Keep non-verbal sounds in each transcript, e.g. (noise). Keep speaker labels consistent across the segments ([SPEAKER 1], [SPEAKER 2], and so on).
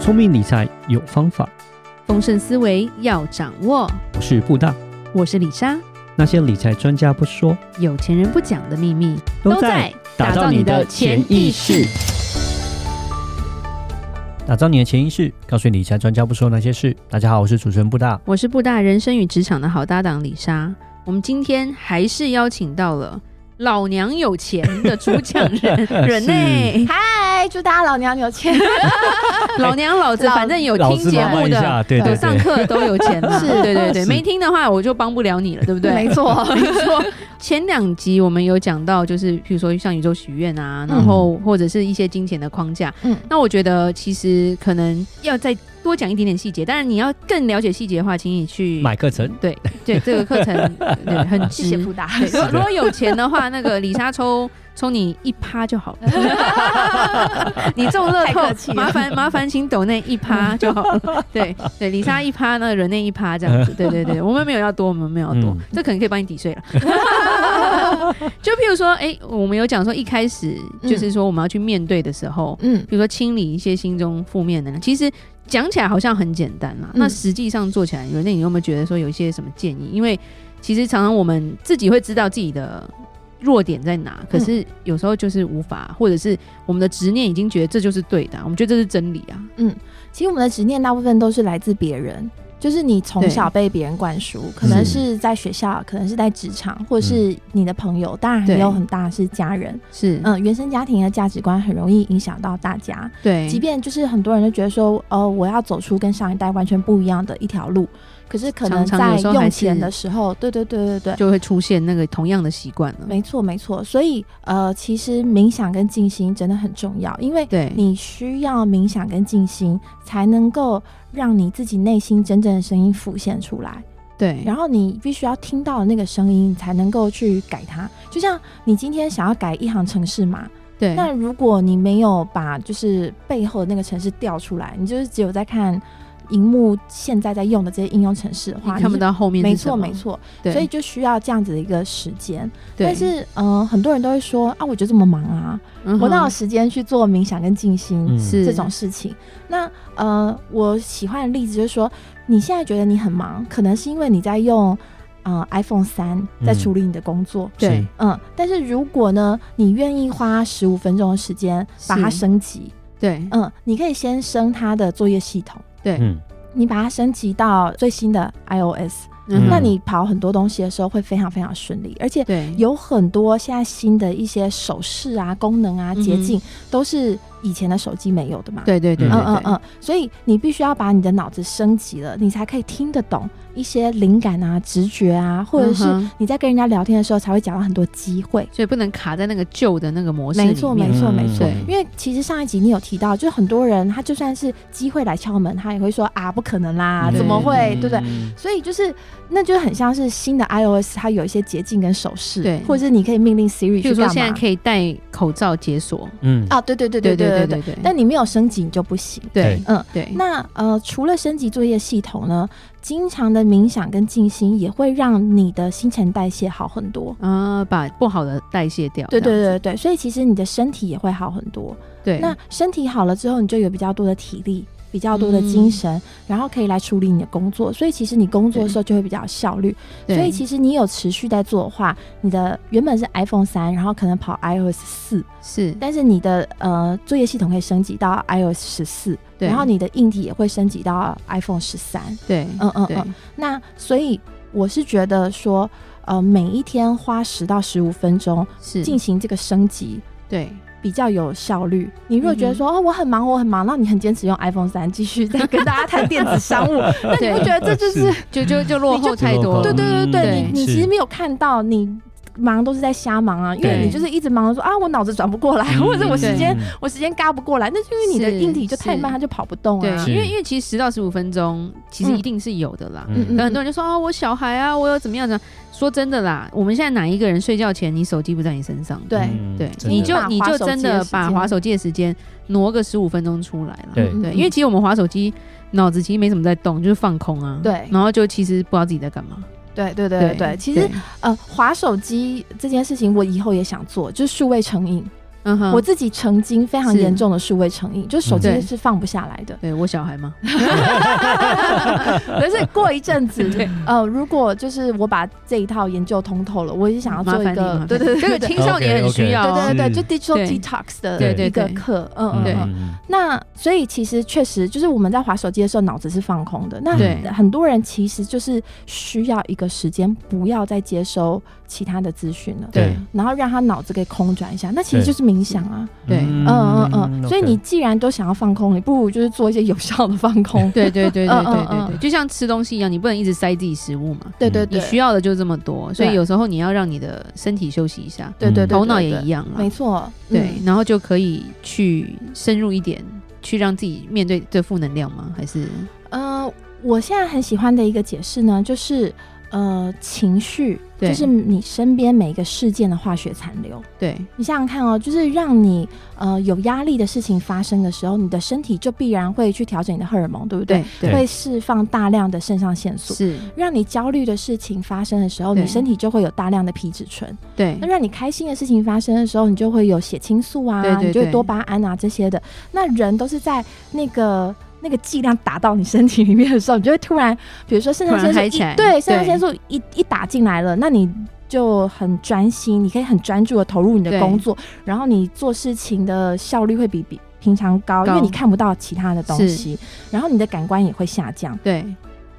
[SPEAKER 1] 聪明理财有方法，
[SPEAKER 2] 丰盛思维要掌握。
[SPEAKER 1] 我是布大。
[SPEAKER 2] 我是李莎，
[SPEAKER 1] 那些理财专家不说，
[SPEAKER 2] 有钱人不讲的秘密
[SPEAKER 1] 打造你的潜意识。。打造你的潜意识，告诉你理财专家不说那些事。大家好，我是主持人布大。
[SPEAKER 2] 我是布大人生与职场的好搭档李莎。我们今天还是邀请到了老娘有钱的主讲
[SPEAKER 1] (laughs)
[SPEAKER 2] 人人内，
[SPEAKER 3] 嗨，祝大家老娘有钱！
[SPEAKER 2] 老娘老子
[SPEAKER 3] 老
[SPEAKER 2] 反正有
[SPEAKER 1] 哎老
[SPEAKER 2] 听
[SPEAKER 1] 师
[SPEAKER 2] 节
[SPEAKER 1] 妈妈
[SPEAKER 2] 目
[SPEAKER 1] 一
[SPEAKER 2] 的。
[SPEAKER 1] 下，对对
[SPEAKER 2] 有上
[SPEAKER 1] 对，
[SPEAKER 2] 课都有钱
[SPEAKER 1] (laughs)
[SPEAKER 2] 嘛？
[SPEAKER 3] 是
[SPEAKER 2] 对对对，
[SPEAKER 1] 是
[SPEAKER 2] 没听的话我就帮不了你了，对不对？
[SPEAKER 3] 没错
[SPEAKER 2] 没错。 (laughs) 前两集我们有讲到，就是比如说向宇宙许愿啊，然后
[SPEAKER 1] 嗯
[SPEAKER 2] 或者是一些金钱的框架。
[SPEAKER 3] 嗯
[SPEAKER 2] 那我觉得其实可能要再多讲一点点细节，当然你要更了解细节的话，请你去
[SPEAKER 1] 买课程
[SPEAKER 2] 对对这个课程
[SPEAKER 1] (laughs)
[SPEAKER 2] 对很值。
[SPEAKER 3] 谢谢布达。
[SPEAKER 2] 对如果如果有钱的话，那个李莎抽抽你一趴就好了。 (laughs) 你中乐
[SPEAKER 3] (laughs) 太
[SPEAKER 2] 透
[SPEAKER 3] 客气，了
[SPEAKER 2] 麻烦麻烦请抖那一趴就好了。对对，李莎一趴，那人那一趴这样子。对对对，我们没有要多，我们没有要多
[SPEAKER 1] 嗯，
[SPEAKER 2] 这可能可以帮你抵税了。 (laughs) 就譬如说，哎，我们有讲说一开始就是说我们要去面对的时候，
[SPEAKER 3] 嗯，
[SPEAKER 2] 比如说清理一些心中负面能量，其实讲起来好像很简单啦，
[SPEAKER 3] 嗯
[SPEAKER 2] 那实际上做起来，那你有没有觉得说有一些什么建议？因为其实常常我们自己会知道自己的弱点在
[SPEAKER 3] 嗯
[SPEAKER 2] 哪，可是有时候就是无法，或者是我们的执念已经觉得这就是对的啊、我们觉得这是真理啊。
[SPEAKER 3] 其实我们的执念大部分都是来自别人，就是你从小被别人灌输，可能是在学校，可能是在职场，或是你的朋友，当然
[SPEAKER 2] 嗯对
[SPEAKER 3] 也有很大是家人。
[SPEAKER 2] 是，
[SPEAKER 3] 嗯，原生家庭的价值观很容易影响到大家。
[SPEAKER 2] 对，
[SPEAKER 3] 即便就是很多人就觉得说，哦，我要走出跟上一代完全不一样的一条路，可是可能
[SPEAKER 2] 常常
[SPEAKER 3] 在
[SPEAKER 2] 有时候还
[SPEAKER 3] 用
[SPEAKER 2] 是
[SPEAKER 3] 钱的时候，对对对对对，
[SPEAKER 2] 就会出现那个同样的习惯了。
[SPEAKER 3] 没错，没错。所以呃，其实冥想跟静心真的很重要，因为
[SPEAKER 2] 对
[SPEAKER 3] 你需要冥想跟静心，才能够让你自己内心真正的声音浮现出来。
[SPEAKER 2] 对，
[SPEAKER 3] 然后你必须要听到那个声音，你才能够去改它。就像你今天想要改一行程式码，
[SPEAKER 2] 对，
[SPEAKER 3] 那如果你没有把就是背后的那个程式调出来，你就是只有在看荧幕现在在用的这些应用程式的
[SPEAKER 2] 你
[SPEAKER 3] 话，
[SPEAKER 2] 看不。到后面
[SPEAKER 3] 没
[SPEAKER 2] 是什
[SPEAKER 3] 错，
[SPEAKER 2] 么
[SPEAKER 3] 没，错，
[SPEAKER 2] 对，
[SPEAKER 3] 所以就需要这样子的一个时间。
[SPEAKER 2] 对
[SPEAKER 3] 但是，呃，很多人都会说啊，我就这么忙啊，
[SPEAKER 2] 嗯
[SPEAKER 3] 我
[SPEAKER 2] 哼
[SPEAKER 3] 哪有时间去做冥想跟静心、
[SPEAKER 1] 嗯
[SPEAKER 2] 是
[SPEAKER 3] 这种事情？那呃，我喜欢的例子就是说，你现在觉得你很忙，可能是因为你在用呃 iPhone 三
[SPEAKER 2] 嗯
[SPEAKER 3] 在处理你的工作。嗯
[SPEAKER 2] 对
[SPEAKER 1] 是
[SPEAKER 3] 但是如果呢，你愿意花十五分钟的时间把它
[SPEAKER 2] 是
[SPEAKER 3] 升级，
[SPEAKER 2] 对
[SPEAKER 3] 嗯，你可以先升它的作业系统，
[SPEAKER 2] 对，
[SPEAKER 1] 嗯，
[SPEAKER 3] 你把它升级到最新的 iOS，、
[SPEAKER 2] 嗯哼
[SPEAKER 3] 那你跑很多东西的时候会非常非常顺利，而且
[SPEAKER 2] 对
[SPEAKER 3] 有很多现在新的一些手势啊、功能啊、捷径，都是以前的手机没有的嘛。，
[SPEAKER 2] 嗯对对对，
[SPEAKER 1] 嗯
[SPEAKER 3] 嗯
[SPEAKER 2] 对
[SPEAKER 3] 嗯，嗯，所以你必须要把你的脑子升级了，你才可以听得懂一些灵感啊、直觉啊，或者
[SPEAKER 2] 嗯
[SPEAKER 3] 是
[SPEAKER 2] 哼
[SPEAKER 3] 你在跟人家聊天的时候才会讲到很多机会。
[SPEAKER 2] 所以不能卡在那个旧的那个模式里面。
[SPEAKER 3] 没错，没错，
[SPEAKER 1] 嗯
[SPEAKER 3] 没错
[SPEAKER 2] 对。
[SPEAKER 3] 因为其实上一集你有提到，就是很多人他就算是机会来敲门，他也会说啊，不可能啦，
[SPEAKER 2] 嗯
[SPEAKER 3] 怎么会，对不对？
[SPEAKER 1] 嗯
[SPEAKER 3] 所以就是，那就很像是新的 iOS，它有一些捷径跟手势，
[SPEAKER 2] 对
[SPEAKER 3] 或者是你可以命令 Siri
[SPEAKER 2] 譬
[SPEAKER 3] 去
[SPEAKER 2] 如说
[SPEAKER 3] 干
[SPEAKER 2] 现在
[SPEAKER 3] 嘛
[SPEAKER 2] 可以戴口罩解锁，
[SPEAKER 1] 嗯
[SPEAKER 3] 啊？对对对
[SPEAKER 2] 对
[SPEAKER 3] 对
[SPEAKER 2] 对
[SPEAKER 3] 对
[SPEAKER 2] 对
[SPEAKER 3] 对。
[SPEAKER 2] 对，
[SPEAKER 3] 但你没有升级，你就不行。
[SPEAKER 2] 对
[SPEAKER 3] 嗯，
[SPEAKER 2] 对，
[SPEAKER 3] 那呃，除了升级作业系统呢，经常的冥想跟静心也会让你的新陈代谢好很多。
[SPEAKER 2] 啊把不好的代谢掉。
[SPEAKER 3] 对对
[SPEAKER 2] 这样子
[SPEAKER 3] 对对，所以其实你的身体也会好很多。
[SPEAKER 2] 对，
[SPEAKER 3] 那身体好了之后，你就有比较多的体力，比较多的精神，
[SPEAKER 2] 嗯
[SPEAKER 3] 然后可以来处理你的工作。所以其实你工作的时候就会比较有效率。
[SPEAKER 2] 对
[SPEAKER 3] 所以其实你有持续在做的话，你的原本是 iPhone 三，然后可能跑 iOS 四，
[SPEAKER 2] 是
[SPEAKER 3] 但是你的呃作业系统可以升级到 iOS 十四，
[SPEAKER 2] 对
[SPEAKER 3] 然后你的硬体也会升级到 iPhone 十三。
[SPEAKER 2] 对
[SPEAKER 3] 嗯嗯
[SPEAKER 2] 对
[SPEAKER 3] 嗯。那所以我是觉得说，呃，每一天花十到十五分钟
[SPEAKER 2] 是
[SPEAKER 3] 进行这个升级。
[SPEAKER 2] 对
[SPEAKER 3] 比较有效率。你如果觉得
[SPEAKER 2] 嗯
[SPEAKER 3] 说、哦我很忙我很忙，那你很坚持用 iPhone 三继续再跟大家谈电子
[SPEAKER 2] (laughs)
[SPEAKER 3] 商务，
[SPEAKER 2] 哦
[SPEAKER 3] 那你会觉得这 (laughs) 就是
[SPEAKER 2] 就就就落
[SPEAKER 3] 你就
[SPEAKER 2] 后太多了。
[SPEAKER 3] 对对对对，
[SPEAKER 2] 对
[SPEAKER 3] 你你
[SPEAKER 1] 是
[SPEAKER 3] 其实没有看到你忙都是在瞎忙啊，因为
[SPEAKER 1] 对
[SPEAKER 3] 你就是一直忙着说啊我脑子转不过来， (laughs) 或者是我时间
[SPEAKER 1] 嗯
[SPEAKER 3] 我时间嘎不过来，那就因为你的
[SPEAKER 2] 是
[SPEAKER 3] 硬体就太慢，
[SPEAKER 2] 是
[SPEAKER 3] 它就跑不动
[SPEAKER 2] 对
[SPEAKER 3] 啊，
[SPEAKER 1] 是。
[SPEAKER 2] 因为因为其实十到十五分钟其实
[SPEAKER 3] 嗯
[SPEAKER 2] 一定是有的啦。
[SPEAKER 1] 嗯
[SPEAKER 2] 可能很多人就说啊，我小孩啊，我有怎么样的？说真的啦，我们现在哪一个人睡觉前你手机不在你身上？
[SPEAKER 3] 对
[SPEAKER 1] 嗯
[SPEAKER 2] 对，
[SPEAKER 1] 真的
[SPEAKER 2] 你就
[SPEAKER 3] 把
[SPEAKER 2] 你
[SPEAKER 3] 滑
[SPEAKER 2] 就
[SPEAKER 3] 手
[SPEAKER 2] 真
[SPEAKER 3] 机的
[SPEAKER 2] 的
[SPEAKER 3] 时
[SPEAKER 2] 把
[SPEAKER 3] 间
[SPEAKER 2] 划手机的时间挪个十五分钟出来了。
[SPEAKER 1] 对
[SPEAKER 3] 嗯
[SPEAKER 2] 对，因为其实我们划手机，脑子其实没怎么在动，就是放空啊。
[SPEAKER 3] 对
[SPEAKER 2] 然后就其实不知道自己在干嘛。
[SPEAKER 3] 对对对对对，其实呃，划手机这件事情我以后也想做，就是数位成瘾。
[SPEAKER 2] 嗯哼，
[SPEAKER 3] 我自己曾经非常
[SPEAKER 2] 是
[SPEAKER 3] 严重的数位成瘾，就手
[SPEAKER 2] 嗯对
[SPEAKER 3] 机是放不下来的。
[SPEAKER 2] 对我小孩 (laughs) 嘛，
[SPEAKER 3] 但是过一阵子
[SPEAKER 2] (laughs) 对，
[SPEAKER 3] 呃，如果就是我把这一套研究通透了，我也想要
[SPEAKER 2] 麻
[SPEAKER 3] 做
[SPEAKER 2] 烦
[SPEAKER 3] 一
[SPEAKER 2] 你麻
[SPEAKER 3] 个
[SPEAKER 2] 烦，
[SPEAKER 3] 对对对
[SPEAKER 2] 这个
[SPEAKER 3] 对
[SPEAKER 2] 青少年很需要哦，
[SPEAKER 3] 对对对，
[SPEAKER 1] 是
[SPEAKER 3] 就 digital
[SPEAKER 2] 对
[SPEAKER 3] detox
[SPEAKER 2] 对
[SPEAKER 3] 的
[SPEAKER 2] 对
[SPEAKER 3] 一个
[SPEAKER 2] 对
[SPEAKER 3] 课，嗯嗯
[SPEAKER 2] 对
[SPEAKER 3] 嗯。那所以其实确实就是我们在划手机的时候，脑子是放空的。那
[SPEAKER 2] 对
[SPEAKER 3] 很多人其实就是需要一个时间，不要再接收其他的资讯了，
[SPEAKER 2] 对
[SPEAKER 3] 然后让他脑子给空转一下。那其实
[SPEAKER 1] 对
[SPEAKER 3] 就是冥想啊，
[SPEAKER 2] 对。
[SPEAKER 3] 嗯嗯嗯。所以你既然都想要放空，你不如就是做一些有效的放空 (laughs)
[SPEAKER 2] 对对对对
[SPEAKER 3] 嗯嗯
[SPEAKER 2] 对对
[SPEAKER 3] 嗯
[SPEAKER 2] 对，就像吃东西一样，你不能一直塞自己食物嘛，
[SPEAKER 3] 对对
[SPEAKER 2] 你
[SPEAKER 3] 对，
[SPEAKER 2] 需要的就这么多，所以
[SPEAKER 3] 对
[SPEAKER 2] 有时候你要让你的身体休息一下，
[SPEAKER 3] 对对对，
[SPEAKER 2] 头脑也一
[SPEAKER 3] 样，
[SPEAKER 2] 样啊啦
[SPEAKER 3] 没，错，
[SPEAKER 2] 对，
[SPEAKER 3] 嗯
[SPEAKER 2] 然后就可以去深入一点，去让自己面对这负能量吗？还是
[SPEAKER 3] 呃，我现在很喜欢的一个解释呢，就是呃，情绪
[SPEAKER 2] 对
[SPEAKER 3] 就是你身边每一个事件的化学残留。
[SPEAKER 2] 对
[SPEAKER 3] 你想想看哦，就是让你呃有压力的事情发生的时候，你的身体就必然会去调整你的荷尔蒙，对不对？
[SPEAKER 2] 对对
[SPEAKER 3] 会释放大量的肾上腺素。
[SPEAKER 2] 是，
[SPEAKER 3] 让你焦虑的事情发生的时候，
[SPEAKER 2] 对
[SPEAKER 3] 你身体就会有大量的皮质醇；
[SPEAKER 2] 对
[SPEAKER 3] 那让你开心的事情发生的时候，你就会有血清素啊，
[SPEAKER 2] 对对
[SPEAKER 3] 你就
[SPEAKER 2] 对
[SPEAKER 3] 会多巴胺啊这些的。那人都是在那个那个剂量打到你身体里面的时候，你就会突然，比如说肾上
[SPEAKER 2] 突然
[SPEAKER 3] 腺
[SPEAKER 2] 嗨
[SPEAKER 3] 素
[SPEAKER 2] 起来
[SPEAKER 3] 一对肾上
[SPEAKER 2] 对
[SPEAKER 3] 腺素一一打进来了，那你。就很专心，你可以很专注的投入你的
[SPEAKER 2] 对
[SPEAKER 3] 工作，然后你做事情的效率会比比平常高，因
[SPEAKER 2] 高
[SPEAKER 3] 为你看不到其他的东
[SPEAKER 2] 是
[SPEAKER 3] 西，然后你的感官也会下降。
[SPEAKER 2] 对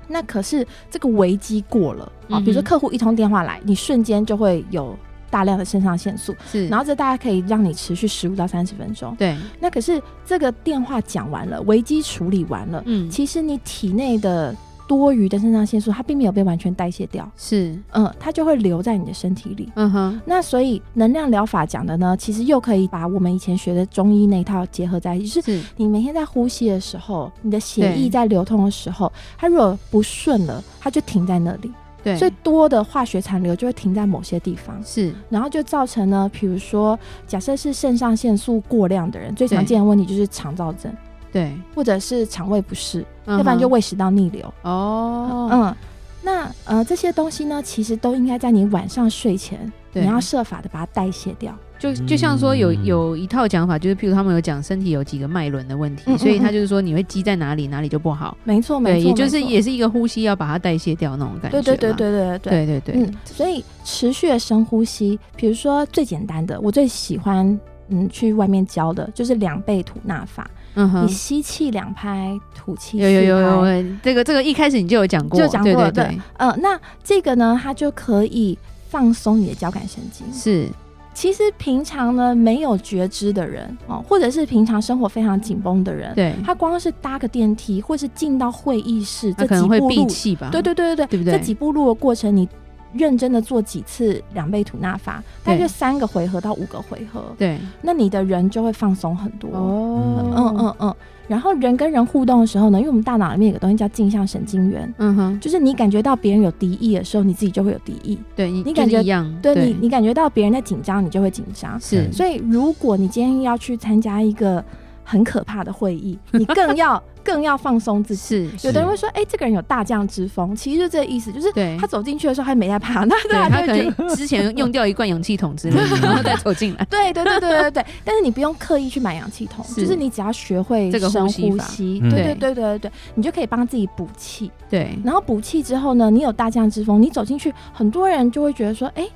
[SPEAKER 3] 那可是这个危机过了啊，
[SPEAKER 2] 嗯
[SPEAKER 3] 比如说客户一通电话来，你瞬间就会有大量的肾上腺素，
[SPEAKER 2] 是，
[SPEAKER 3] 然
[SPEAKER 2] 后
[SPEAKER 3] 后这大概可以让你持续十五到三十分钟。
[SPEAKER 2] 对
[SPEAKER 3] 那可是这个电话讲完了，危机处理完了，
[SPEAKER 2] 嗯
[SPEAKER 3] 其实你体内的多余的肾上腺素它并没有被完全代谢掉，
[SPEAKER 2] 是
[SPEAKER 3] 嗯，它就会留在你的身体里。
[SPEAKER 2] 嗯哼
[SPEAKER 3] 那所以能量疗法讲的呢，其实又可以把我们以前学的中医那一套结合在一起，就是
[SPEAKER 2] 是
[SPEAKER 3] 你每天在呼吸的时候，你的血
[SPEAKER 2] 对
[SPEAKER 3] 液在流通的时候，它如果不顺了，它就停在那里，
[SPEAKER 2] 对，
[SPEAKER 3] 所以多的化学残留就会停在某些地方，
[SPEAKER 2] 是
[SPEAKER 3] 然后就造成呢，比如说假设是肾上腺素过量的人，最
[SPEAKER 2] 对
[SPEAKER 3] 常见的问题就是肠燥症，
[SPEAKER 2] 对，
[SPEAKER 3] 或者是肠胃不适，
[SPEAKER 2] 要
[SPEAKER 3] 要不然就胃食道逆流。
[SPEAKER 2] 嗯哦，
[SPEAKER 3] 嗯，那呃这些东西呢，其实都应该在你晚上睡前，
[SPEAKER 2] 对
[SPEAKER 3] 你要设法的把它代谢掉。
[SPEAKER 2] 就就像说有
[SPEAKER 1] 嗯
[SPEAKER 2] 有一套讲法，就是譬如他们有讲身体有几个脉轮的问题，
[SPEAKER 3] 嗯嗯
[SPEAKER 2] 所以他
[SPEAKER 3] 嗯
[SPEAKER 2] 就是说你会积在哪里，哪里就不好。
[SPEAKER 3] 没错，没
[SPEAKER 2] 对，
[SPEAKER 3] 错，
[SPEAKER 2] 也就是
[SPEAKER 3] 没错
[SPEAKER 2] 也是一个呼吸要把它代谢掉那种感觉
[SPEAKER 3] 对
[SPEAKER 2] 啦。
[SPEAKER 3] 对对对对对。
[SPEAKER 2] 对对对，
[SPEAKER 3] 嗯，所以持续的深呼吸，比如说最简单的，我最喜欢嗯去外面教的就是两倍吐纳法，
[SPEAKER 2] 嗯哼
[SPEAKER 3] 你，吸气两拍，吐气
[SPEAKER 2] 有有有
[SPEAKER 3] 四拍
[SPEAKER 2] 有，有这个这个一开始你就有讲过，
[SPEAKER 3] 就讲
[SPEAKER 2] 对
[SPEAKER 3] 过了
[SPEAKER 2] 对，
[SPEAKER 3] 呃，那这个呢，它就可以放松你的交感神经。
[SPEAKER 2] 是
[SPEAKER 3] 其实平常呢没有觉知的人哦，或者是平常生活非常紧绷的人，
[SPEAKER 2] 对，
[SPEAKER 3] 他光是搭个电梯或是进到会议室
[SPEAKER 2] 他
[SPEAKER 3] 这
[SPEAKER 2] 可
[SPEAKER 3] 几
[SPEAKER 2] 能会
[SPEAKER 3] 步
[SPEAKER 2] 闭啊
[SPEAKER 3] 路，
[SPEAKER 2] 气吧？
[SPEAKER 3] 对对对对
[SPEAKER 2] 对不对
[SPEAKER 3] 这几步路的过程你。认真的做几次两倍吐纳法，大概
[SPEAKER 2] 对
[SPEAKER 3] 就三个回合到五个回合，
[SPEAKER 2] 对
[SPEAKER 3] 那你的人就会放松很多。
[SPEAKER 2] 哦，
[SPEAKER 3] 嗯嗯嗯。然后人跟人互动的时候呢，因为我们大脑里面有个东西叫镜像神经元，
[SPEAKER 2] 嗯哼，
[SPEAKER 3] 就是你感觉到别人有敌意的时候，你自己就会有敌意；
[SPEAKER 2] 对你
[SPEAKER 3] 你
[SPEAKER 2] 就是
[SPEAKER 3] 感觉
[SPEAKER 2] 一样，
[SPEAKER 3] 对你，你感觉到别人在紧张，你就会紧张。
[SPEAKER 2] 是
[SPEAKER 3] 所以，如果你今天要去参加一个很可怕的会
[SPEAKER 2] (laughs)
[SPEAKER 3] 议，你更要更要放松自己。
[SPEAKER 2] 是
[SPEAKER 3] 有的人会说：“哎、这个人有大将之风。”其实就这个意思，就是
[SPEAKER 2] 对
[SPEAKER 3] 他。走进去的时候还没在怕，
[SPEAKER 2] (laughs)
[SPEAKER 3] 那
[SPEAKER 2] 对
[SPEAKER 3] 大
[SPEAKER 2] 他
[SPEAKER 3] 家就
[SPEAKER 2] 可
[SPEAKER 3] 会觉得。
[SPEAKER 2] 能之前用掉一罐氧气筒之类
[SPEAKER 3] (laughs)
[SPEAKER 2] 的，然后再走进来。
[SPEAKER 3] 对对对对对对， (laughs) 但是你不用刻意去买氧气筒，
[SPEAKER 2] 是
[SPEAKER 3] 就是你只要学会
[SPEAKER 2] 这个
[SPEAKER 3] 深
[SPEAKER 2] 呼吸
[SPEAKER 3] 呼
[SPEAKER 2] 法
[SPEAKER 3] 吸，
[SPEAKER 1] 嗯
[SPEAKER 3] 对对对对对对，你就可以帮自己补气。
[SPEAKER 2] 对，
[SPEAKER 3] 然后补气之后呢，你有大将之风，你走进去，很多人就会觉得说，哎、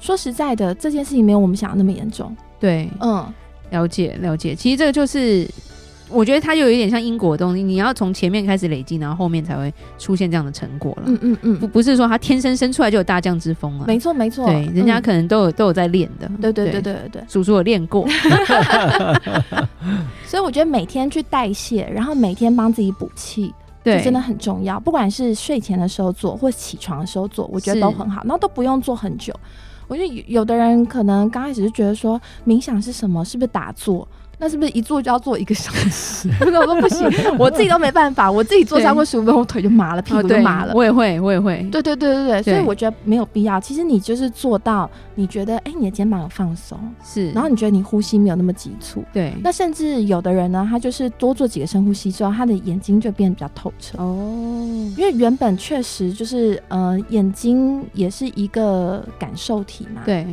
[SPEAKER 3] 说实在的，这件事情没有我们想的那么严重。
[SPEAKER 2] 对，
[SPEAKER 3] 嗯，
[SPEAKER 2] 了解了解。其实这个就是，我觉得它就有一点像因果的东西，你要从前面开始累积，然后后面才会出现这样的成果了。
[SPEAKER 3] 嗯嗯
[SPEAKER 2] 不
[SPEAKER 3] 嗯，
[SPEAKER 2] 不是说他天生生出来就有大将之风啊，
[SPEAKER 3] 没错没错，
[SPEAKER 2] 对，人家
[SPEAKER 3] 嗯
[SPEAKER 2] 可能都有、都有在练的。
[SPEAKER 3] 对对对对对对，
[SPEAKER 2] 叔叔有练
[SPEAKER 3] (laughs)
[SPEAKER 2] 过，
[SPEAKER 3] 所以我觉得每天去代谢，然后每天帮自己补气，
[SPEAKER 2] 对，哦
[SPEAKER 3] 这真的很重要。不管是睡前的时候做，或起床的时候做，我觉得都
[SPEAKER 2] 是
[SPEAKER 3] 很好，然后都不用做很久。我觉得有有的人可能刚开始就觉得说冥想是什么，是不是打坐？那是不是一坐就要坐一个小
[SPEAKER 2] (laughs)
[SPEAKER 3] 时？我说我说不行，我自己都没办法，我自己坐超过十五分钟，我腿就麻了，屁
[SPEAKER 2] 哦
[SPEAKER 3] 股就
[SPEAKER 2] 对
[SPEAKER 3] 麻了。
[SPEAKER 2] 我也会，我也会，
[SPEAKER 3] 对对对对对，所以
[SPEAKER 2] 对
[SPEAKER 3] 我觉得没有必要。其实你就是做到，你觉得哎、你的肩膀有放松，
[SPEAKER 2] 是，
[SPEAKER 3] 然后你觉得你呼吸没有那么急促。
[SPEAKER 2] 对，
[SPEAKER 3] 那甚至有的人呢，他就是多做几个深呼吸之后，他的眼睛就变得比较透彻。
[SPEAKER 2] 哦，
[SPEAKER 3] 因为原本确实就是，呃，眼睛也是一个感受体嘛。。
[SPEAKER 2] 对，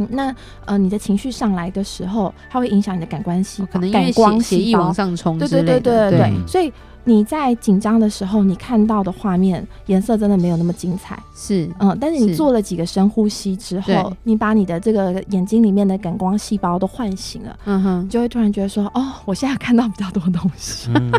[SPEAKER 3] 嗯，那呃，你的情绪上来的时候，它会影响你的感官细胞，
[SPEAKER 2] 哦可能因
[SPEAKER 3] 感
[SPEAKER 2] 为
[SPEAKER 3] 光
[SPEAKER 2] 血血
[SPEAKER 3] 细
[SPEAKER 2] 液
[SPEAKER 3] 胞
[SPEAKER 2] 往。上冲
[SPEAKER 3] 对
[SPEAKER 2] 之
[SPEAKER 3] 对
[SPEAKER 2] 类
[SPEAKER 3] 对
[SPEAKER 2] 的，
[SPEAKER 3] 对对
[SPEAKER 1] 对
[SPEAKER 3] 对，所以你在紧张的时候，你看到的画面颜色真的没有那么精彩，
[SPEAKER 2] 是
[SPEAKER 3] 嗯，但是你
[SPEAKER 2] 是
[SPEAKER 3] 做了几个深呼吸之后
[SPEAKER 2] 对，
[SPEAKER 3] 你把你的这个眼睛里面的感光细胞都唤醒了，
[SPEAKER 2] 嗯哼
[SPEAKER 3] 你。就会突然觉得说，哦，我现在看到比较多东西。
[SPEAKER 1] 嗯，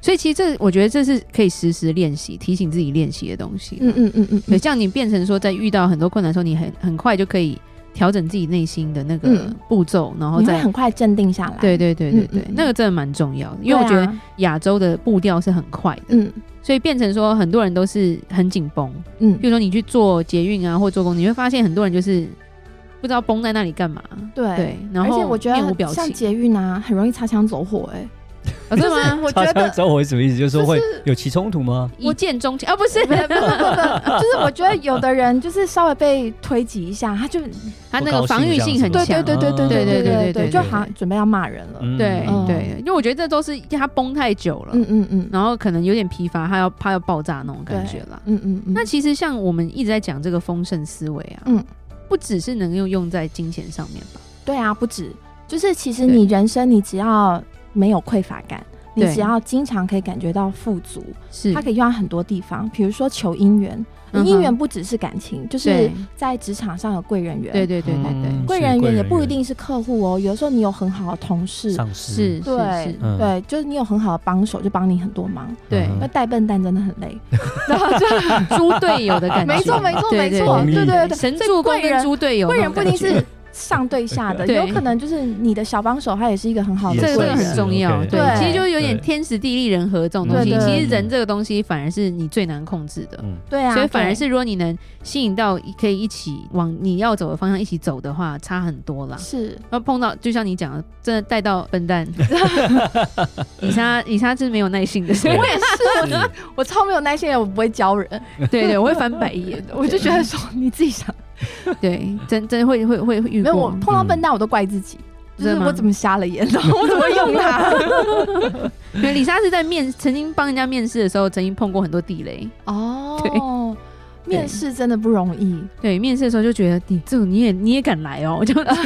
[SPEAKER 2] 所以其实这我觉得这是可以时时练习、提醒自己练习的东西。
[SPEAKER 3] 嗯嗯嗯嗯
[SPEAKER 2] 对，
[SPEAKER 3] 嗯，
[SPEAKER 2] 这样你变成说，在遇到很多困难的时候，你很很快就可以调整自己内心的那个
[SPEAKER 3] 嗯
[SPEAKER 2] 步骤，然后
[SPEAKER 3] 你会
[SPEAKER 2] 再
[SPEAKER 3] 很快镇定下来。
[SPEAKER 2] 对对对对
[SPEAKER 3] 嗯
[SPEAKER 2] 对，
[SPEAKER 3] 嗯嗯
[SPEAKER 2] 那个真的蛮重要的，
[SPEAKER 3] 对啊，
[SPEAKER 2] 因为我觉得亚洲的步调是很快的，
[SPEAKER 3] 嗯
[SPEAKER 2] 所以变成说很多人都是很紧绷。
[SPEAKER 3] 嗯
[SPEAKER 2] 比，如说你去做捷运啊，或做工，你会发现很多人就是不知道绷在那里干嘛。
[SPEAKER 3] 对
[SPEAKER 2] 对，然后
[SPEAKER 3] 而且我觉
[SPEAKER 2] 面无
[SPEAKER 3] 得
[SPEAKER 2] 表
[SPEAKER 3] 像
[SPEAKER 2] 情，
[SPEAKER 3] 捷运啊，很容易擦枪走火、
[SPEAKER 2] (laughs)
[SPEAKER 3] 欸。
[SPEAKER 2] 哦真的吗？
[SPEAKER 3] 我觉
[SPEAKER 1] 擦枪
[SPEAKER 3] 得。
[SPEAKER 1] 走火是什么意思？就是说
[SPEAKER 3] 就
[SPEAKER 1] 会
[SPEAKER 3] 是
[SPEAKER 1] 有起冲突吗？
[SPEAKER 2] 一见钟情啊？不是，
[SPEAKER 3] 哎不不不不，就是我觉得有的人就是稍微被推挤一下，他就
[SPEAKER 2] 他那个防御性很
[SPEAKER 1] 不高兴这
[SPEAKER 3] 对对
[SPEAKER 2] 强。
[SPEAKER 1] 样
[SPEAKER 3] 对对对
[SPEAKER 1] 啊
[SPEAKER 3] 对
[SPEAKER 2] 对对对对
[SPEAKER 3] 对对，就好像准备要骂人了。
[SPEAKER 1] 嗯
[SPEAKER 2] 对
[SPEAKER 3] 嗯
[SPEAKER 2] 对，因为我觉得这都是他绷太久了，
[SPEAKER 3] 嗯嗯嗯
[SPEAKER 2] 然后可能有点疲乏，他要怕要爆炸那种感觉啦。
[SPEAKER 3] 嗯嗯嗯，
[SPEAKER 2] 那其实像我们一直在讲这个丰盛思维啊，
[SPEAKER 3] 嗯
[SPEAKER 2] 不只是能用用在金钱上面吧，
[SPEAKER 3] 对啊，不止，就是其实
[SPEAKER 2] 对
[SPEAKER 3] 你人生你只要没有匮乏感，你
[SPEAKER 2] 对
[SPEAKER 3] 只要经常可以感觉到富足，
[SPEAKER 2] 是
[SPEAKER 3] 它可以用在很多地方，比如说求姻缘，
[SPEAKER 2] 嗯哼
[SPEAKER 3] 姻缘不只是感情，就是
[SPEAKER 2] 对
[SPEAKER 3] 在职场上有贵人缘，
[SPEAKER 2] 对对对对对，
[SPEAKER 1] 嗯
[SPEAKER 3] 贵人缘也不一定是客户哦，有时候你有很好的同事。
[SPEAKER 1] 上司
[SPEAKER 2] 是是
[SPEAKER 3] 对
[SPEAKER 2] 是，
[SPEAKER 1] 嗯
[SPEAKER 3] 对，就是你有很好的帮手，就帮你很多忙。
[SPEAKER 2] 对
[SPEAKER 1] 嗯
[SPEAKER 3] 那带笨蛋真的很累，
[SPEAKER 2] 然后就猪队友的感觉，
[SPEAKER 3] 没错没错
[SPEAKER 2] 对
[SPEAKER 3] 没
[SPEAKER 2] 对
[SPEAKER 3] 错，
[SPEAKER 1] 同意
[SPEAKER 3] 对对对。
[SPEAKER 2] 神
[SPEAKER 3] 所以
[SPEAKER 2] 助攻
[SPEAKER 3] 贵
[SPEAKER 2] 跟
[SPEAKER 3] 人
[SPEAKER 2] 猪队友
[SPEAKER 3] 贵
[SPEAKER 2] 那
[SPEAKER 3] 人
[SPEAKER 2] 种
[SPEAKER 3] 不
[SPEAKER 2] 感
[SPEAKER 3] 一
[SPEAKER 2] 觉，
[SPEAKER 3] 定是上对下的，
[SPEAKER 2] 对
[SPEAKER 3] 有可能就是你的小帮手，他也是一个很好的
[SPEAKER 1] 也
[SPEAKER 2] 这
[SPEAKER 3] 贵
[SPEAKER 2] 个
[SPEAKER 1] 是
[SPEAKER 2] 这个
[SPEAKER 3] 人。
[SPEAKER 2] 很重要，
[SPEAKER 1] OK
[SPEAKER 2] 对，
[SPEAKER 3] 对
[SPEAKER 2] 其实就是有点
[SPEAKER 1] 对
[SPEAKER 2] 天时地利人和这种东西。
[SPEAKER 3] 对对
[SPEAKER 2] 其实人这个东西反而是你最难控制的，
[SPEAKER 1] 嗯，
[SPEAKER 3] 对啊，
[SPEAKER 2] 所以反而
[SPEAKER 3] 对
[SPEAKER 2] 是如果你能吸引到可以一起往你要走的方向一起走的话，差很多啦。
[SPEAKER 3] 是，
[SPEAKER 2] 然后碰到就像你讲的，真的带到笨
[SPEAKER 1] (laughs)
[SPEAKER 2] 蛋，以莎以莎是没有耐心的，
[SPEAKER 1] 对
[SPEAKER 2] 我
[SPEAKER 3] 我也是，
[SPEAKER 1] (laughs) 是
[SPEAKER 3] 我我超没有耐心的，我不会教人，
[SPEAKER 2] 对对，我会翻白眼的，
[SPEAKER 3] 我就觉得说 (laughs) 你自己想，
[SPEAKER 2] 对，真真会会会会遇
[SPEAKER 3] 没
[SPEAKER 2] 过，
[SPEAKER 3] 有我
[SPEAKER 1] 嗯
[SPEAKER 3] 碰到笨蛋我都怪自己，就是
[SPEAKER 2] 真的吗
[SPEAKER 3] 我怎么瞎了眼，然后我怎么用它？
[SPEAKER 2] (laughs) 因为李莎是在面曾经帮人家面试的时候，曾经碰过很多地雷，
[SPEAKER 3] (laughs) 哦，面试真的不容易。
[SPEAKER 2] 对，面试的时候就觉得你这种你也你也敢来哦，就
[SPEAKER 3] 啊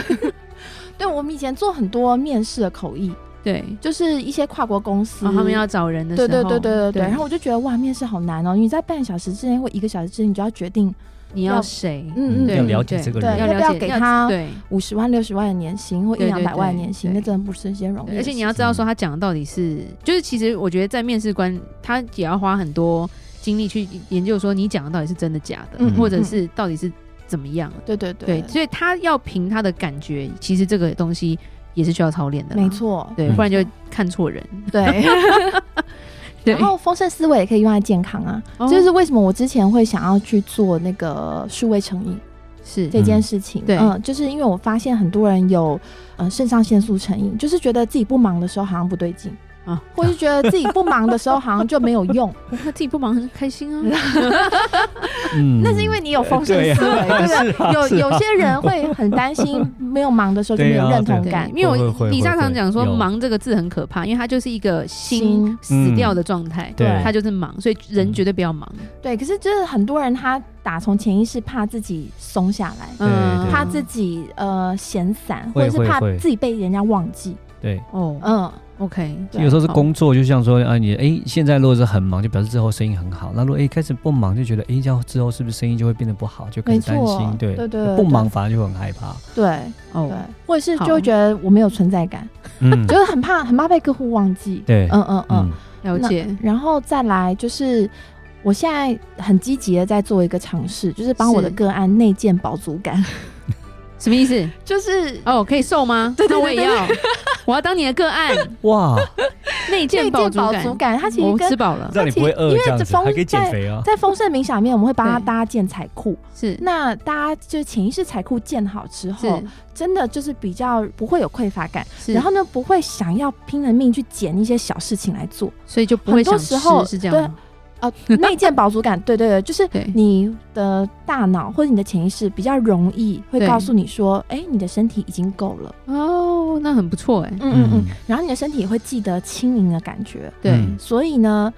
[SPEAKER 3] 对我们以前做很多面试的口译，
[SPEAKER 2] (laughs) 对。
[SPEAKER 3] 就是一些跨国公司，
[SPEAKER 2] 哦然后他们要找人的时
[SPEAKER 3] 对
[SPEAKER 2] 候，
[SPEAKER 3] 对对对对对，
[SPEAKER 2] 然
[SPEAKER 3] 然
[SPEAKER 2] 后
[SPEAKER 3] 后我就觉得哇，面试好难哦！你在半小时之内或一个小时之内，你就要决定，
[SPEAKER 2] 你要谁？
[SPEAKER 3] 嗯嗯，
[SPEAKER 1] 要
[SPEAKER 2] 对
[SPEAKER 1] 了解这个
[SPEAKER 3] 对
[SPEAKER 1] 人，
[SPEAKER 2] 要
[SPEAKER 3] 要不
[SPEAKER 2] 了
[SPEAKER 3] 要
[SPEAKER 2] 解
[SPEAKER 3] 给他
[SPEAKER 2] 对，
[SPEAKER 3] 五十万、六十万的年薪或一
[SPEAKER 2] 对对
[SPEAKER 3] 两百万的
[SPEAKER 2] 对
[SPEAKER 3] 年薪，
[SPEAKER 2] 对
[SPEAKER 3] 那真的不是一件容易
[SPEAKER 2] 对
[SPEAKER 3] 的事情。
[SPEAKER 2] 而且你要知道说他讲的到底是，就是其实我觉得在面试官他也要花很多精力去研究说你讲的到底是真的假的，
[SPEAKER 1] 嗯
[SPEAKER 2] 或者是到底是怎么样的。
[SPEAKER 3] 对对
[SPEAKER 2] 对，所以他要凭他的感觉，其实这个东西也是需要操练的。
[SPEAKER 3] 没，错，
[SPEAKER 2] 对，啊
[SPEAKER 1] 嗯
[SPEAKER 2] 不然就看错人。
[SPEAKER 3] 对。
[SPEAKER 2] (laughs) 对
[SPEAKER 3] 然后丰盛思维也可以用在健康啊，
[SPEAKER 2] 哦
[SPEAKER 3] 这就是为什么我之前会想要去做那个数位成瘾
[SPEAKER 2] 是
[SPEAKER 3] 这件事情。
[SPEAKER 2] 对
[SPEAKER 3] 嗯，就是因为我发现很多人有呃肾上腺素成瘾，就是觉得自己不忙的时候好像不对劲。
[SPEAKER 2] 啊
[SPEAKER 3] 啊，或是觉得自己不忙的时候好像就没有用，
[SPEAKER 2] 他自己不忙很开心啊。
[SPEAKER 1] (laughs) 嗯
[SPEAKER 3] 那是因为你有丰盛
[SPEAKER 1] 对啊
[SPEAKER 3] 思维，对
[SPEAKER 1] (laughs)
[SPEAKER 3] 不
[SPEAKER 1] 是啊
[SPEAKER 3] 对？有
[SPEAKER 1] 是啊
[SPEAKER 3] 有些人会很担心没有忙的时候就没
[SPEAKER 1] 对
[SPEAKER 3] 有
[SPEAKER 1] 啊
[SPEAKER 3] 认同
[SPEAKER 2] 对
[SPEAKER 3] 感，，
[SPEAKER 2] 因为
[SPEAKER 1] 会
[SPEAKER 2] 我
[SPEAKER 1] 会会
[SPEAKER 2] 李莎常讲说
[SPEAKER 1] 有
[SPEAKER 2] “忙”这个字很可怕，因为它就是一个心
[SPEAKER 3] 心
[SPEAKER 2] 死掉的状态，
[SPEAKER 1] 嗯对嗯
[SPEAKER 2] 它就是忙，所以人绝对不要忙。
[SPEAKER 3] 对，可是就是很多人他打从潜意识怕自己松下来，
[SPEAKER 1] 对对
[SPEAKER 3] 怕嗯自己呃闲散，
[SPEAKER 1] 嗯
[SPEAKER 3] 或
[SPEAKER 1] 会
[SPEAKER 3] 者是怕
[SPEAKER 1] 会会
[SPEAKER 3] 自己被人家忘记。
[SPEAKER 1] 对。
[SPEAKER 2] 哦
[SPEAKER 3] 嗯，
[SPEAKER 2] ，OK，
[SPEAKER 1] 有时候是
[SPEAKER 2] 好
[SPEAKER 1] 工作，就像说啊，你哎，现在如果是很忙，就表示之后生意很好；那如果哎开始不忙，就觉得哎，这样之后是不是生意就会变得不好，就开
[SPEAKER 3] 没
[SPEAKER 1] 始担
[SPEAKER 3] 错
[SPEAKER 1] 心。，对
[SPEAKER 3] 对对，
[SPEAKER 1] 不忙反而就很害怕。
[SPEAKER 3] 对
[SPEAKER 2] 哦
[SPEAKER 3] 对，或者是
[SPEAKER 2] 好
[SPEAKER 3] 就会觉得我没有存在感，
[SPEAKER 1] 嗯，
[SPEAKER 3] 就是很怕很怕被客户忘记。
[SPEAKER 1] 对，
[SPEAKER 3] 嗯嗯嗯，
[SPEAKER 1] 嗯
[SPEAKER 2] 了解，
[SPEAKER 3] 然后再来就是。我现在很积极的在做一个尝试，就是帮我的
[SPEAKER 2] 是
[SPEAKER 3] 个案内建饱足
[SPEAKER 2] (laughs)
[SPEAKER 3] 感，
[SPEAKER 2] 什么意思？
[SPEAKER 3] (laughs) 就是
[SPEAKER 2] 哦，可以瘦吗？
[SPEAKER 3] (laughs) 对对
[SPEAKER 2] 那我也
[SPEAKER 3] 对对
[SPEAKER 2] 要，我要当你的个
[SPEAKER 3] (laughs)
[SPEAKER 2] 案，
[SPEAKER 1] 哇，
[SPEAKER 2] 内
[SPEAKER 3] 内
[SPEAKER 2] 建
[SPEAKER 3] 建
[SPEAKER 2] 饱足
[SPEAKER 3] 饱
[SPEAKER 2] 感
[SPEAKER 3] 足。感，它其实
[SPEAKER 2] 我
[SPEAKER 3] 跟
[SPEAKER 2] 吃饱了，
[SPEAKER 1] 让你不会饿
[SPEAKER 3] 因为
[SPEAKER 1] 这样
[SPEAKER 3] 这
[SPEAKER 1] 子，
[SPEAKER 3] 风
[SPEAKER 1] 还可以减
[SPEAKER 3] 在
[SPEAKER 1] 肥啊。
[SPEAKER 3] 在丰盛冥想里面，我们会帮他
[SPEAKER 2] 对
[SPEAKER 3] 搭建财库，
[SPEAKER 2] 是
[SPEAKER 3] 那大家就潜意识财库建好之后
[SPEAKER 2] 是，
[SPEAKER 3] 真的就是比较不会有匮乏感，
[SPEAKER 2] 是，
[SPEAKER 3] 然后呢不会想要拼了命去捡一些小事情来
[SPEAKER 2] (laughs)
[SPEAKER 3] 做，
[SPEAKER 2] 所以就不会想
[SPEAKER 3] 很多时候
[SPEAKER 2] 吃，是这样吗？ (laughs)
[SPEAKER 3] 呃，内建饱足感，对对对，就是
[SPEAKER 2] 对
[SPEAKER 3] 你的大脑或者你的潜意识比较容易会
[SPEAKER 2] 对
[SPEAKER 3] 告诉你说，哎，你的身体已经够了，
[SPEAKER 2] 哦，那
[SPEAKER 3] 嗯
[SPEAKER 2] 很不错哎，
[SPEAKER 3] 嗯嗯嗯，然后你的身体也会记得轻盈的感觉，
[SPEAKER 2] 对
[SPEAKER 1] 嗯
[SPEAKER 3] 所以呢。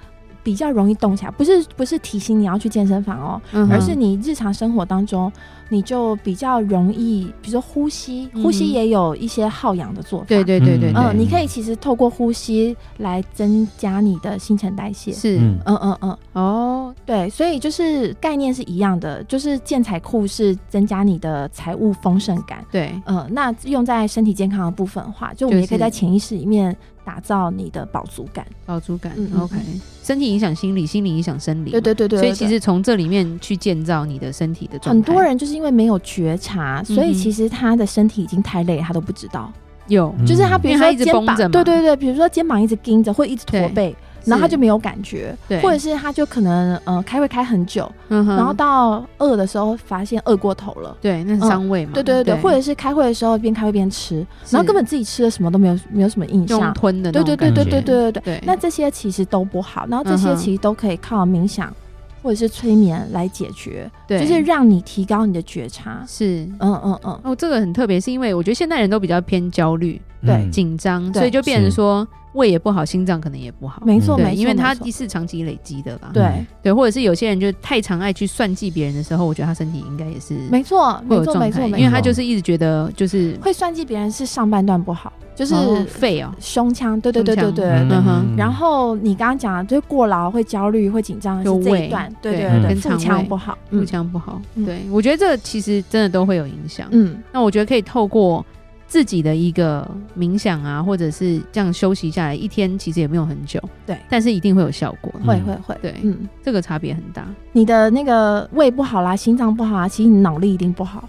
[SPEAKER 3] 比较容易动起来。不是不是提醒你要去健身房哦，
[SPEAKER 2] 嗯哼
[SPEAKER 3] 而是你日常生活当中，你就比较容易，比如说呼吸，呼吸
[SPEAKER 2] 嗯
[SPEAKER 3] 也有一些耗氧的做法。
[SPEAKER 2] 对对对对
[SPEAKER 3] 嗯，
[SPEAKER 2] 对，
[SPEAKER 3] 你可以其实透过呼吸来增加你的新陈代谢。
[SPEAKER 2] 是
[SPEAKER 1] 嗯
[SPEAKER 3] 嗯嗯嗯，
[SPEAKER 2] 哦，
[SPEAKER 3] 对，所以就是概念是一样的，就是建财库是增加你的财务丰盛感。
[SPEAKER 2] 对，
[SPEAKER 3] 嗯，那用在身体健康的部分的话，就我
[SPEAKER 2] 就
[SPEAKER 3] 们
[SPEAKER 2] 是
[SPEAKER 3] 也可以在潜意识里面打造你的饱足感。
[SPEAKER 2] 饱足感
[SPEAKER 3] 嗯嗯
[SPEAKER 2] ，OK，身体影响心理，心理影响生理嘛，
[SPEAKER 3] 对对
[SPEAKER 2] 所以其实从这里面去建造你的身体的状态，
[SPEAKER 3] 很多人就是因为没有觉察，所
[SPEAKER 2] 嗯
[SPEAKER 3] 以
[SPEAKER 2] 哼
[SPEAKER 3] 其实他的身体已经太累，他都不知道。
[SPEAKER 2] 有
[SPEAKER 1] 嗯
[SPEAKER 3] 就是他比如
[SPEAKER 2] 因为他
[SPEAKER 3] 说
[SPEAKER 2] 一直
[SPEAKER 3] 肩
[SPEAKER 2] 绷
[SPEAKER 3] 膀
[SPEAKER 2] 着嘛，
[SPEAKER 3] 对对对，比如说肩膀一直盯着，或一直驼
[SPEAKER 2] 对
[SPEAKER 3] 背，然后他
[SPEAKER 2] 是
[SPEAKER 3] 就没有感觉，
[SPEAKER 2] 对
[SPEAKER 3] 或者是他就可能呃开会开很久，
[SPEAKER 2] 嗯哼
[SPEAKER 3] 然后到饿的时候发现饿过头了。
[SPEAKER 2] 对，那是伤胃嘛，
[SPEAKER 3] 对对对
[SPEAKER 2] 对
[SPEAKER 3] 对，，或者是开会的时候边开会边吃，
[SPEAKER 2] 是
[SPEAKER 3] 然后根本自己吃了什么都没有，没有什么印
[SPEAKER 2] 用
[SPEAKER 3] 象。
[SPEAKER 2] 吞的那
[SPEAKER 3] 对
[SPEAKER 2] 种
[SPEAKER 3] 对对
[SPEAKER 2] 感
[SPEAKER 3] 对对
[SPEAKER 2] 觉
[SPEAKER 3] 对对对。
[SPEAKER 2] 对，
[SPEAKER 3] 那这些其实都不好，然后这
[SPEAKER 2] 嗯
[SPEAKER 3] 些
[SPEAKER 2] 哼
[SPEAKER 3] 其实都可以靠冥想或者是催眠来解决，
[SPEAKER 2] 嗯对
[SPEAKER 3] 就是让你提高你的觉察。
[SPEAKER 2] 是
[SPEAKER 3] 嗯嗯嗯，
[SPEAKER 2] 哦，这个很特别，是因为我觉得现代人都比较偏焦虑、
[SPEAKER 3] 对
[SPEAKER 1] 嗯
[SPEAKER 2] 紧张，
[SPEAKER 3] 对
[SPEAKER 2] 所以就变成
[SPEAKER 1] 是
[SPEAKER 2] 说胃也不好，心脏可能也不好。
[SPEAKER 3] 没错
[SPEAKER 1] 嗯
[SPEAKER 3] 没错，
[SPEAKER 2] 对，因为
[SPEAKER 3] 没
[SPEAKER 2] 它
[SPEAKER 3] 错
[SPEAKER 2] 是长期累积的啦。
[SPEAKER 3] 对，
[SPEAKER 2] 对，或者是有些人就太常爱去算计别人的时候，我觉得他身体应该也是
[SPEAKER 3] 没错
[SPEAKER 2] 会
[SPEAKER 3] 没
[SPEAKER 2] 有
[SPEAKER 3] 错
[SPEAKER 2] 状
[SPEAKER 3] 没
[SPEAKER 2] 态，
[SPEAKER 3] 错，没
[SPEAKER 2] 因为
[SPEAKER 3] 错
[SPEAKER 2] 他就是一直觉得就是
[SPEAKER 3] 会算计别人是上半段不好，就是
[SPEAKER 2] 哦废哦，
[SPEAKER 3] 胸腔，对对对对
[SPEAKER 2] 胸腔
[SPEAKER 3] 对
[SPEAKER 1] 嗯
[SPEAKER 3] 对。
[SPEAKER 2] 嗯哼
[SPEAKER 3] 然后你刚刚讲的，就是过劳、会焦虑、会紧张，
[SPEAKER 2] 就是
[SPEAKER 3] 这
[SPEAKER 2] 胃
[SPEAKER 3] 一段，对
[SPEAKER 2] 对
[SPEAKER 3] 对对，
[SPEAKER 1] 跟
[SPEAKER 3] 腹
[SPEAKER 2] 肠胃
[SPEAKER 3] 腔不好，
[SPEAKER 2] 腹
[SPEAKER 3] 嗯
[SPEAKER 2] 腔不好。
[SPEAKER 3] 嗯
[SPEAKER 2] 对，我觉得这其实真的都会有影响。
[SPEAKER 3] 嗯，
[SPEAKER 2] 那我觉得可以透过自己的一个冥想啊，或者是这样休息下来一天，其实也没有很久，
[SPEAKER 3] 对
[SPEAKER 2] 但是一定会有效果。
[SPEAKER 1] 嗯
[SPEAKER 3] 会会会，
[SPEAKER 2] 对
[SPEAKER 3] 嗯，
[SPEAKER 2] 这个差别很大，
[SPEAKER 3] 你的那个胃不好啦，心脏不好啊，其实你脑力一定不好，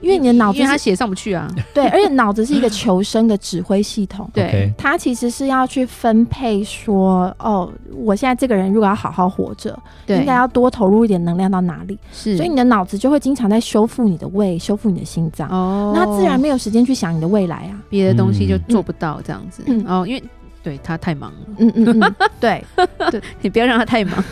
[SPEAKER 3] 因为你的脑子
[SPEAKER 2] 因为他
[SPEAKER 3] 是
[SPEAKER 2] 血上不去啊。
[SPEAKER 3] 对，而且脑子是一个求生的指挥系统，
[SPEAKER 2] (laughs) 对
[SPEAKER 1] OK，
[SPEAKER 3] 它其实是要去分配说，哦，我现在这个人如果要好好活着，
[SPEAKER 2] 对，
[SPEAKER 3] 应该要多投入一点能量到哪里，
[SPEAKER 2] 是，
[SPEAKER 3] 所以你的脑子就会经常在修复你的胃，修复你的心脏。
[SPEAKER 2] 哦，
[SPEAKER 3] 那自然没有时间去想你的未来啊。
[SPEAKER 2] 别的东西就
[SPEAKER 1] 嗯
[SPEAKER 2] 做不到这样子。
[SPEAKER 3] 嗯
[SPEAKER 2] 哦，因为对他太忙
[SPEAKER 3] (laughs)
[SPEAKER 2] 了，
[SPEAKER 3] 嗯嗯嗯，对
[SPEAKER 2] 你不要让他太忙。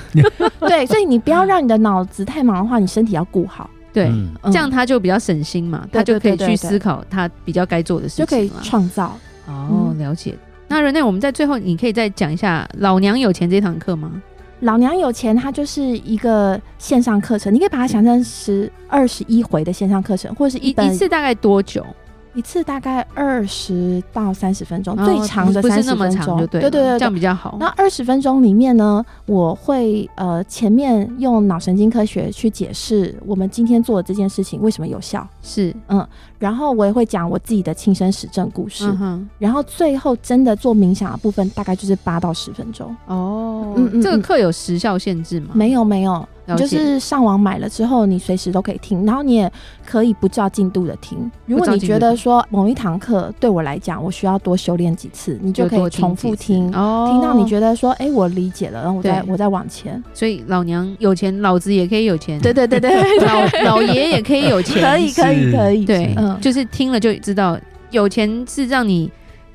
[SPEAKER 3] 对，所以你不要让你的脑子太忙的话，你身体要顾好，
[SPEAKER 2] 对，
[SPEAKER 1] 嗯
[SPEAKER 3] 嗯
[SPEAKER 2] 这样他就比较省心嘛，
[SPEAKER 3] 对
[SPEAKER 2] 他就可以
[SPEAKER 3] 对对
[SPEAKER 2] 去
[SPEAKER 3] 对
[SPEAKER 2] 思考他比较该做的
[SPEAKER 3] 就
[SPEAKER 2] 事
[SPEAKER 3] 可以
[SPEAKER 2] 情了。
[SPEAKER 3] 创造。
[SPEAKER 2] 哦，了解。那人类，我们在最后，你可以再讲一下《老娘有钱》这堂课吗？
[SPEAKER 3] 老娘有钱，它就是一个线上课程，你可以把它想象是二十一回的线上课程，或者是
[SPEAKER 2] 一
[SPEAKER 3] 一本
[SPEAKER 2] 一次大概多久？
[SPEAKER 3] 一次大概二十到三十分钟，
[SPEAKER 2] 哦
[SPEAKER 3] 最长的
[SPEAKER 2] 不是
[SPEAKER 3] 三
[SPEAKER 2] 那
[SPEAKER 3] 十
[SPEAKER 2] 么
[SPEAKER 3] 分
[SPEAKER 2] 长，
[SPEAKER 3] 钟
[SPEAKER 2] 就。对了
[SPEAKER 3] 对对
[SPEAKER 2] 这样
[SPEAKER 3] 对。
[SPEAKER 2] 比较好。
[SPEAKER 3] 那二十分钟里面呢，我会呃前面用脑神经科学去解释我们今天做的这件事情为什么有效，
[SPEAKER 2] 是，
[SPEAKER 3] 然后我也会讲我自己的亲身实证故事，
[SPEAKER 2] 嗯哼，
[SPEAKER 3] 然后最后真的做冥想的部分，大概就是八到十分钟。
[SPEAKER 2] 哦
[SPEAKER 3] 嗯，嗯
[SPEAKER 2] 这个
[SPEAKER 3] 嗯
[SPEAKER 2] 课有时效限制吗？
[SPEAKER 3] 没有没有，
[SPEAKER 2] 了
[SPEAKER 3] 你
[SPEAKER 2] 解，
[SPEAKER 3] 就是上网买了之后，你随时都可以听，然后你也可以不照进度的听。如果
[SPEAKER 2] 不照
[SPEAKER 3] 你
[SPEAKER 2] 进度
[SPEAKER 3] 觉
[SPEAKER 2] 地
[SPEAKER 3] 得说某一堂课对我来讲，我需要多修炼几次，你就可
[SPEAKER 2] 多
[SPEAKER 3] 以重
[SPEAKER 2] 几
[SPEAKER 3] 复
[SPEAKER 2] 次
[SPEAKER 3] 听，
[SPEAKER 2] 哦，
[SPEAKER 3] 听到你觉得说，哎，我理解了，然后我再
[SPEAKER 2] 对
[SPEAKER 3] 我再往前。
[SPEAKER 2] 所以老娘有钱，老子也可以有钱，
[SPEAKER 3] 对对对对，
[SPEAKER 2] 老老爷也可以有钱，
[SPEAKER 3] 可以可以
[SPEAKER 1] 是
[SPEAKER 3] 可以，
[SPEAKER 2] 对，
[SPEAKER 3] 嗯
[SPEAKER 2] 就是听了就知道，有钱是让你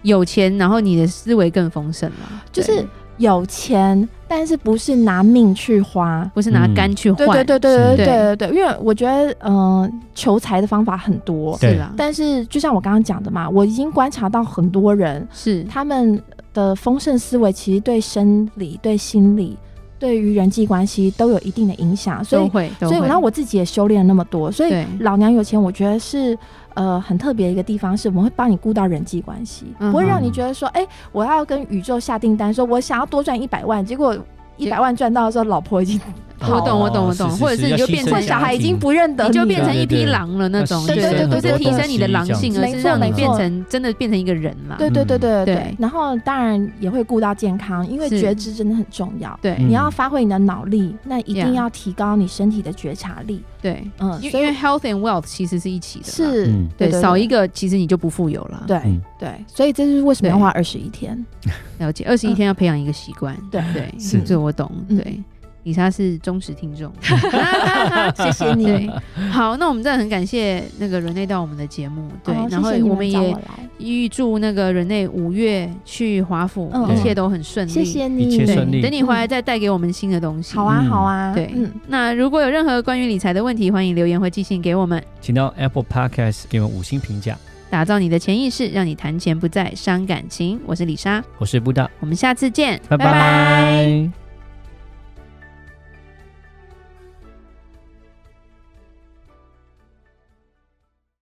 [SPEAKER 2] 有钱，然后你的思维更丰盛了，
[SPEAKER 3] 就是
[SPEAKER 2] 对
[SPEAKER 3] 有钱，但是不是拿命去花。
[SPEAKER 2] 不是拿肝去
[SPEAKER 3] 对
[SPEAKER 2] 换，
[SPEAKER 3] 对对对对
[SPEAKER 2] 是
[SPEAKER 3] 对对对，因为我觉得，嗯、求财的方法很多，
[SPEAKER 1] 对
[SPEAKER 2] 是啦，
[SPEAKER 3] 但是就像我刚刚讲的嘛，我已经观察到很多人，
[SPEAKER 2] 是
[SPEAKER 3] 他们的丰盛思维其实对生理、对心理、对于人际关系都有一定的影响，所
[SPEAKER 2] 都
[SPEAKER 3] 以，
[SPEAKER 2] 会，
[SPEAKER 3] 所以然后
[SPEAKER 2] 我
[SPEAKER 3] 我自己也修炼了那么多，所以
[SPEAKER 2] 对
[SPEAKER 3] 老娘有钱，我觉得是呃很特别的一个地方，是我们会帮你顾到人际关系，
[SPEAKER 2] 嗯哼
[SPEAKER 3] 不会让你觉得说，哎、我要跟宇宙下订单，说我想要多赚一百万，结果一百万赚到的时候，老婆已经
[SPEAKER 2] 我懂我懂我
[SPEAKER 1] 是
[SPEAKER 2] 懂
[SPEAKER 1] 是
[SPEAKER 2] 或者
[SPEAKER 1] 是
[SPEAKER 2] 是你
[SPEAKER 1] 要
[SPEAKER 2] 就
[SPEAKER 1] 牺
[SPEAKER 2] 变
[SPEAKER 1] 牲
[SPEAKER 2] 成
[SPEAKER 3] 或小孩已经不认得
[SPEAKER 2] 你就
[SPEAKER 3] 了
[SPEAKER 2] 变成一匹
[SPEAKER 1] 对对对
[SPEAKER 2] 狼了那种，
[SPEAKER 1] 那
[SPEAKER 2] 对
[SPEAKER 3] 牺牲
[SPEAKER 2] 不
[SPEAKER 3] 很
[SPEAKER 2] 是
[SPEAKER 3] 多
[SPEAKER 2] 提升你的狼性，
[SPEAKER 1] 东
[SPEAKER 2] 而
[SPEAKER 3] 西
[SPEAKER 2] 是让你
[SPEAKER 3] 没错
[SPEAKER 2] 变成真的变成一个人啦。
[SPEAKER 3] 对对对对对，
[SPEAKER 2] 嗯
[SPEAKER 3] 然后当然也会顾到健康，因为
[SPEAKER 2] 是
[SPEAKER 3] 觉知真的很重要。
[SPEAKER 2] 对
[SPEAKER 1] 嗯
[SPEAKER 3] 你要发挥你的脑力，那一
[SPEAKER 2] Yeah
[SPEAKER 3] 定要提高你身体的觉察力。
[SPEAKER 2] 对，
[SPEAKER 3] 嗯，
[SPEAKER 2] 因
[SPEAKER 3] 所以
[SPEAKER 2] 因为 health and wealth 其实是一起的啦，
[SPEAKER 3] 是，
[SPEAKER 1] 嗯
[SPEAKER 2] 对，少一
[SPEAKER 3] 个，
[SPEAKER 2] 个其实你就不富有了。
[SPEAKER 3] 对
[SPEAKER 1] 嗯
[SPEAKER 3] 对，所以这就是为什么要花二十一天。
[SPEAKER 2] 了解，二十一
[SPEAKER 3] 嗯
[SPEAKER 2] 天要培养一个习惯。
[SPEAKER 3] 对 (laughs)
[SPEAKER 2] 对，
[SPEAKER 1] 是
[SPEAKER 2] (laughs) 这我懂。
[SPEAKER 3] 嗯
[SPEAKER 2] 对，李莎是忠实听众，
[SPEAKER 3] 谢谢你
[SPEAKER 2] 对， (laughs) 好，那我们真的很感谢那个人类到我们的节目，对，
[SPEAKER 3] 哦
[SPEAKER 2] 然后
[SPEAKER 3] 谢谢你
[SPEAKER 2] 我们
[SPEAKER 3] 找
[SPEAKER 2] 也
[SPEAKER 3] 我来
[SPEAKER 2] 预祝那个人类五月去华府
[SPEAKER 3] 嗯
[SPEAKER 2] 一切都很顺利。
[SPEAKER 3] 谢
[SPEAKER 1] 一切
[SPEAKER 3] 谢你，
[SPEAKER 2] 对
[SPEAKER 1] 顺利
[SPEAKER 2] 等你回来再带给我们新的东西。
[SPEAKER 3] 好啊
[SPEAKER 1] 嗯
[SPEAKER 3] 好啊，
[SPEAKER 2] 对
[SPEAKER 3] 嗯，，
[SPEAKER 2] 那如果有任何关于理财的问题，欢迎留言或寄信给我们。
[SPEAKER 1] 请到 Apple Podcast 给我们五星评价。
[SPEAKER 2] 打造你的潜意识，让你谈钱不再伤感情。我是李莎，
[SPEAKER 1] 我是布达，
[SPEAKER 2] 我们下次见，
[SPEAKER 1] 拜拜